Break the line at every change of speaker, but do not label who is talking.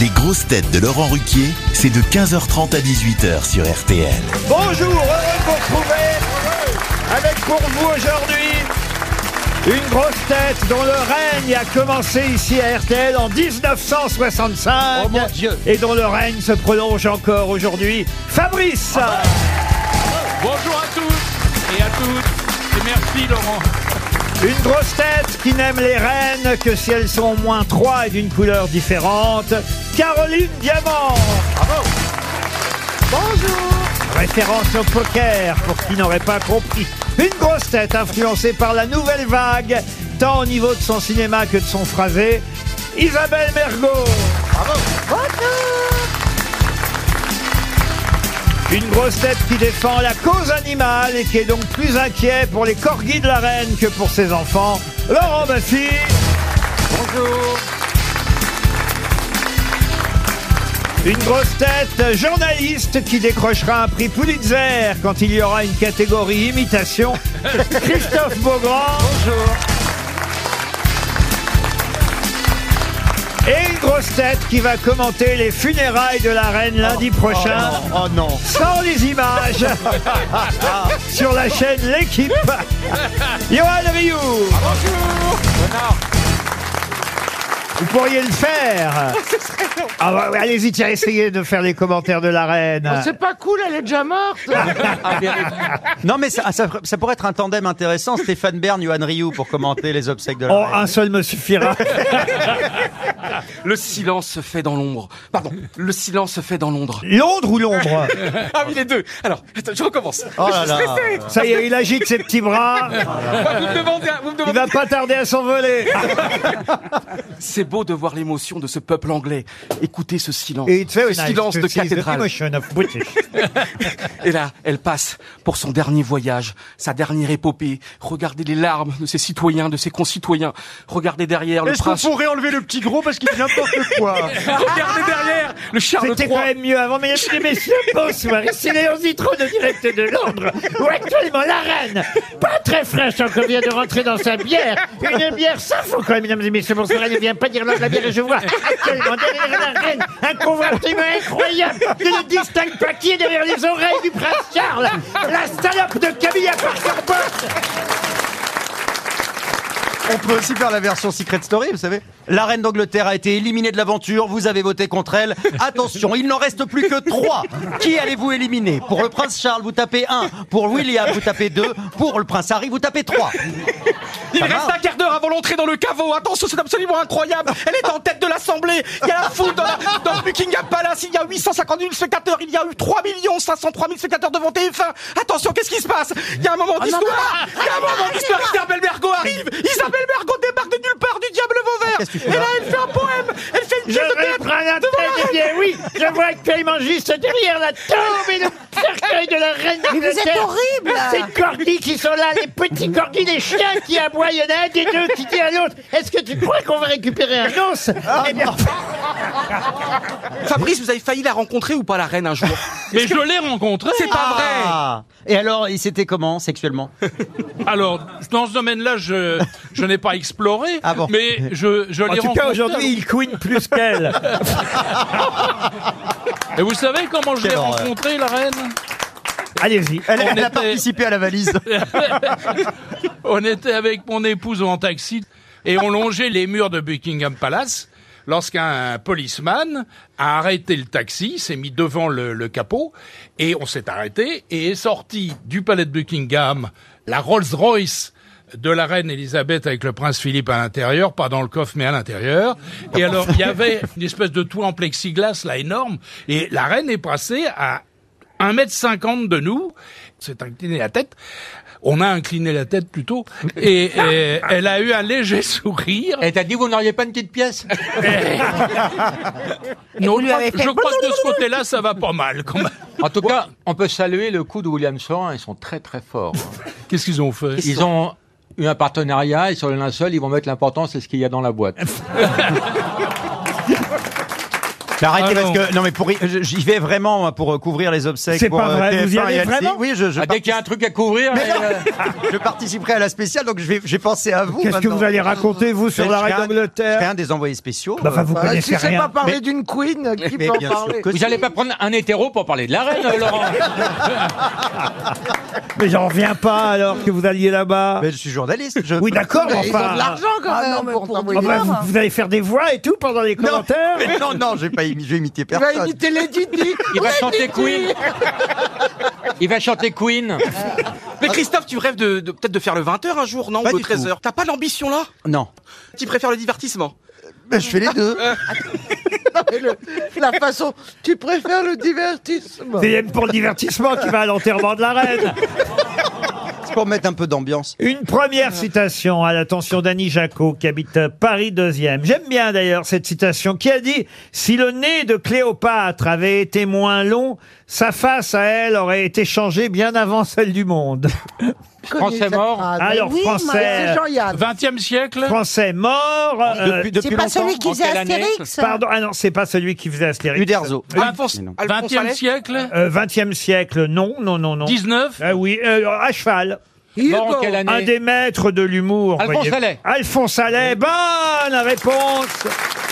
Les grosses têtes de Laurent Ruquier, c'est de 15h30 à 18h sur RTL.
Bonjour, heureux de vous retrouver avec pour vous aujourd'hui une grosse tête dont le règne a commencé ici à RTL en 1965
Oh mon Dieu.
et dont le règne se prolonge encore aujourd'hui, Fabrice
Ah bah Bonjour à tous et à toutes. Et merci Laurent.
Une grosse tête qui n'aime les reines que si elles sont au moins trois et d'une couleur différente, Caroline Diamant Référence au poker pour qui n'aurait pas compris. Une grosse tête influencée par la nouvelle vague, tant au niveau de son cinéma que de son phrasé, Isabelle Mergot. Une grosse tête qui défend la cause animale et qui est donc plus inquiet pour les corgis de la reine que pour ses enfants, Laurent Baffy.
Bonjour.
Une grosse tête journaliste qui décrochera un prix Pulitzer quand il y aura une catégorie imitation, Christophe Beaugrand.
Bonjour.
Et une grosse tête qui va commenter les funérailles de la reine lundi prochain.
Oh non.
Sans les images sur la chaîne L'équipe. Johan Rioux,
Ah, Bonjour. Bernard.
vous pourriez le faire. Ah bah, ouais, Allez-y, tiens, essayez de faire les commentaires de la reine.
C'est pas cool, elle est déjà morte.
Non, mais ça, ça- ça pourrait être un tandem intéressant, Stéphane Bern, Yohan Ryu, pour commenter les obsèques de la
Oh,
reine.
un seul me suffira.
Le silence se fait dans l'ombre. Pardon, le silence se fait dans l'ombre.
Londres ou Londres
Ah oui, les deux. Alors, attends, je recommence.
Oh
je
là
suis
là.
stressé.
Ça y est, il agite ses petits bras.
Bah, vous me demandez, vous me
Il
demandez.
va pas tarder à s'envoler.
C'est beau de voir l'émotion de ce peuple anglais. Écoutez ce silence.
Et il te fait aussi
silence de cathédrale.
Emotion of British.
Et là, elle passe pour son dernier voyage, sa dernière épopée. Regardez les larmes de ses citoyens, de ses concitoyens. Regardez derrière le
Est-ce qu'on
prince.
pourrait enlever le petit gros parce qu'il dit n'importe quoi
Regardez derrière le Charles
C'était
III.
quand même mieux avant, mesdames et messieurs, bonsoir. Ici Léon Zitron de Direct de Londres, où actuellement la reine, pas très fraîche encore, vient de rentrer dans sa bière. Une bière ça faut quand même, mesdames et messieurs, bonsoir. Elle ne vient pas dire non de la bière et je vois actuellement derrière la reine un convertiment incroyable qui ne distingue pas qui est derrière les oreilles du prince Charles. La salope de Camilla Parker Bowles.
On peut aussi faire la version Secret Story, vous savez. La reine d'Angleterre a été éliminée de l'aventure, vous avez voté contre elle. Attention, il n'en reste plus que trois. Qui allez-vous éliminer Pour le prince Charles, vous tapez un. Pour William, vous tapez deux. Pour le prince Harry, vous tapez trois.
Il
Ça
reste
va
un quart d'heure avant l'entrée dans le caveau. Attention, c'est absolument incroyable. Elle est en tête de l'Assemblée. Il y a la foule dans, la- dans le Buckingham Palace. Il y a 850 000 spectateurs. Il y a eu 3 503 000 spectateurs devant TF1. Attention, qu'est-ce qui se passe Il y a un
Ah,
moment d'histoire. Il y a un moment d'histoire. Isabelle Bergot arrive. Isabelle Bergot débarque de nulle part du diable
Qu'est-ce que
Vauvert.
tu fais
Et là,
là
elle fait un poème. Elle fait une
Je
pièce de théâtre.
reprends la tête, eh bien oui, je vois actuellement juste derrière la tombe et le cercueil de la reine d'Angleterre.
vous êtes horrible.
Ces corgis qui sont là, les petits corgis, les chiens qui aboient, il y en a un des deux qui dit à l'autre, est-ce que tu crois qu'on va récupérer un os Eh bien,
Fabrice, vous avez failli la rencontrer ou pas la reine un jour
Mais je l'ai rencontré.
C'est pas vrai.
Ah. Et alors, il s'était comment sexuellement
Alors, dans ce domaine-là, je, je n'ai pas exploré.
Ah bon.
Mais je, je l'ai rencontré.
il couine plus qu'elle.
Et vous savez comment je
Quelle
l'ai
horreur.
rencontré, la reine
Allez-y.
elle, elle a
était-
participé à la valise.
On était avec mon épouse en taxi et on longeait les murs de Buckingham Palace lorsqu'un policeman a arrêté le taxi, s'est mis devant le, le capot et on s'est arrêté et est sorti du palais de Buckingham la Rolls-Royce de la reine Elisabeth avec le prince Philippe à l'intérieur, pas dans le coffre mais à l'intérieur. Et alors il y avait une espèce de toit en plexiglas là énorme et la reine est passée à 1m50 de nous, s'est inclinée la tête. On a incliné la tête plutôt et, et elle a eu un léger sourire.
Et t'as dit vous n'auriez pas une petite pièce
Non, je crois, je crois que de ce côté-là, ça va pas mal quand même.
En tout cas, on peut saluer le coup de William Sorin, ils sont très très forts.
Qu'est-ce qu'ils ont fait
Ils ont eu un partenariat et sur le linceul, ils vont mettre l'importance c'est ce qu'il y a dans la boîte.
Mais arrêtez
Ah,
parce
non.
que non mais pour y- je- j'y vais vraiment moi, pour euh, couvrir les obsèques.
C'est
pour,
pas
euh,
vrai,
TF1
vous y
et
allez
LCI.
vraiment
Oui, je, je,
Ah, dès qu'il y a un truc à couvrir, elle, euh,
par- je participerai à la spéciale, donc je vais- j'ai pensé à vous.
Qu'est-ce que
maintenant.
vous allez raconter, vous, sur
Mais je
l'arrêt
serai un- Je serai
d'Angleterre
un des envoyés spéciaux. euh,
Bah, Enfin, vous
Voilà, si
connaissez
c'est pas
rien.
parler d'une queen, qui peut en
bien sûr
parler
que
Vous
si.
vous n'allez pas prendre un hétéro pour parler de la reine, euh, Laurent.
Mais j'en reviens pas alors que vous alliez là-bas.
Ah, Mais je suis journaliste. Je...
Oui, d'accord, mais
Mais ils ont
enfin.
de l'argent quand
Ah,
même
non, mais
pour
pour-
t'envoyer
Ah, bah,
voir.
vous, vous allez faire des voix et tout pendant les
Non,
commentaires
mais non, non, je vais pas imi- je vais imiter
Il va
personne.
imiter les Didi.
Il va chanter Queen. Il va chanter Queen.
Mais Christophe, tu rêves de, de- peut-être de faire le 20h un jour, non
Pas
Ou le
du tout.
13h T'as pas l'ambition là
Non,
Tu préfères le divertissement
mais je fais les deux.
Et le- La façon, tu préfères le divertissement.
C'est même pour le divertissement qui va à l'enterrement de la reine.
C'est pour mettre un peu d'ambiance.
Une première citation à l'attention d'Annie Jacot, qui habite Paris 2e. J'aime bien d'ailleurs cette citation qui a dit « Si le nez de Cléopâtre avait été moins long, sa face à elle aurait été changée bien avant celle du monde.
Français mort.
Ah, Alors, Français.
Ah, C'est Jean-Yann.
20e siècle »
Français mort... euh,
depuis
pas celui qui
En
faisait
quelle année
Astérix
pardon, ah non, c'est pas celui qui faisait Astérix.
Uderzo.
Alphonse,
Mais non.
Alphonse
20e
Allais
siècle
Euh, 20e siècle, non, non, non, non.
19
Ah oui, euh, à cheval.
Mort en quelle
Un
année
des maîtres de l'humour.
Alphonse
voyez.
Allais.
Alphonse Allais, bonne réponse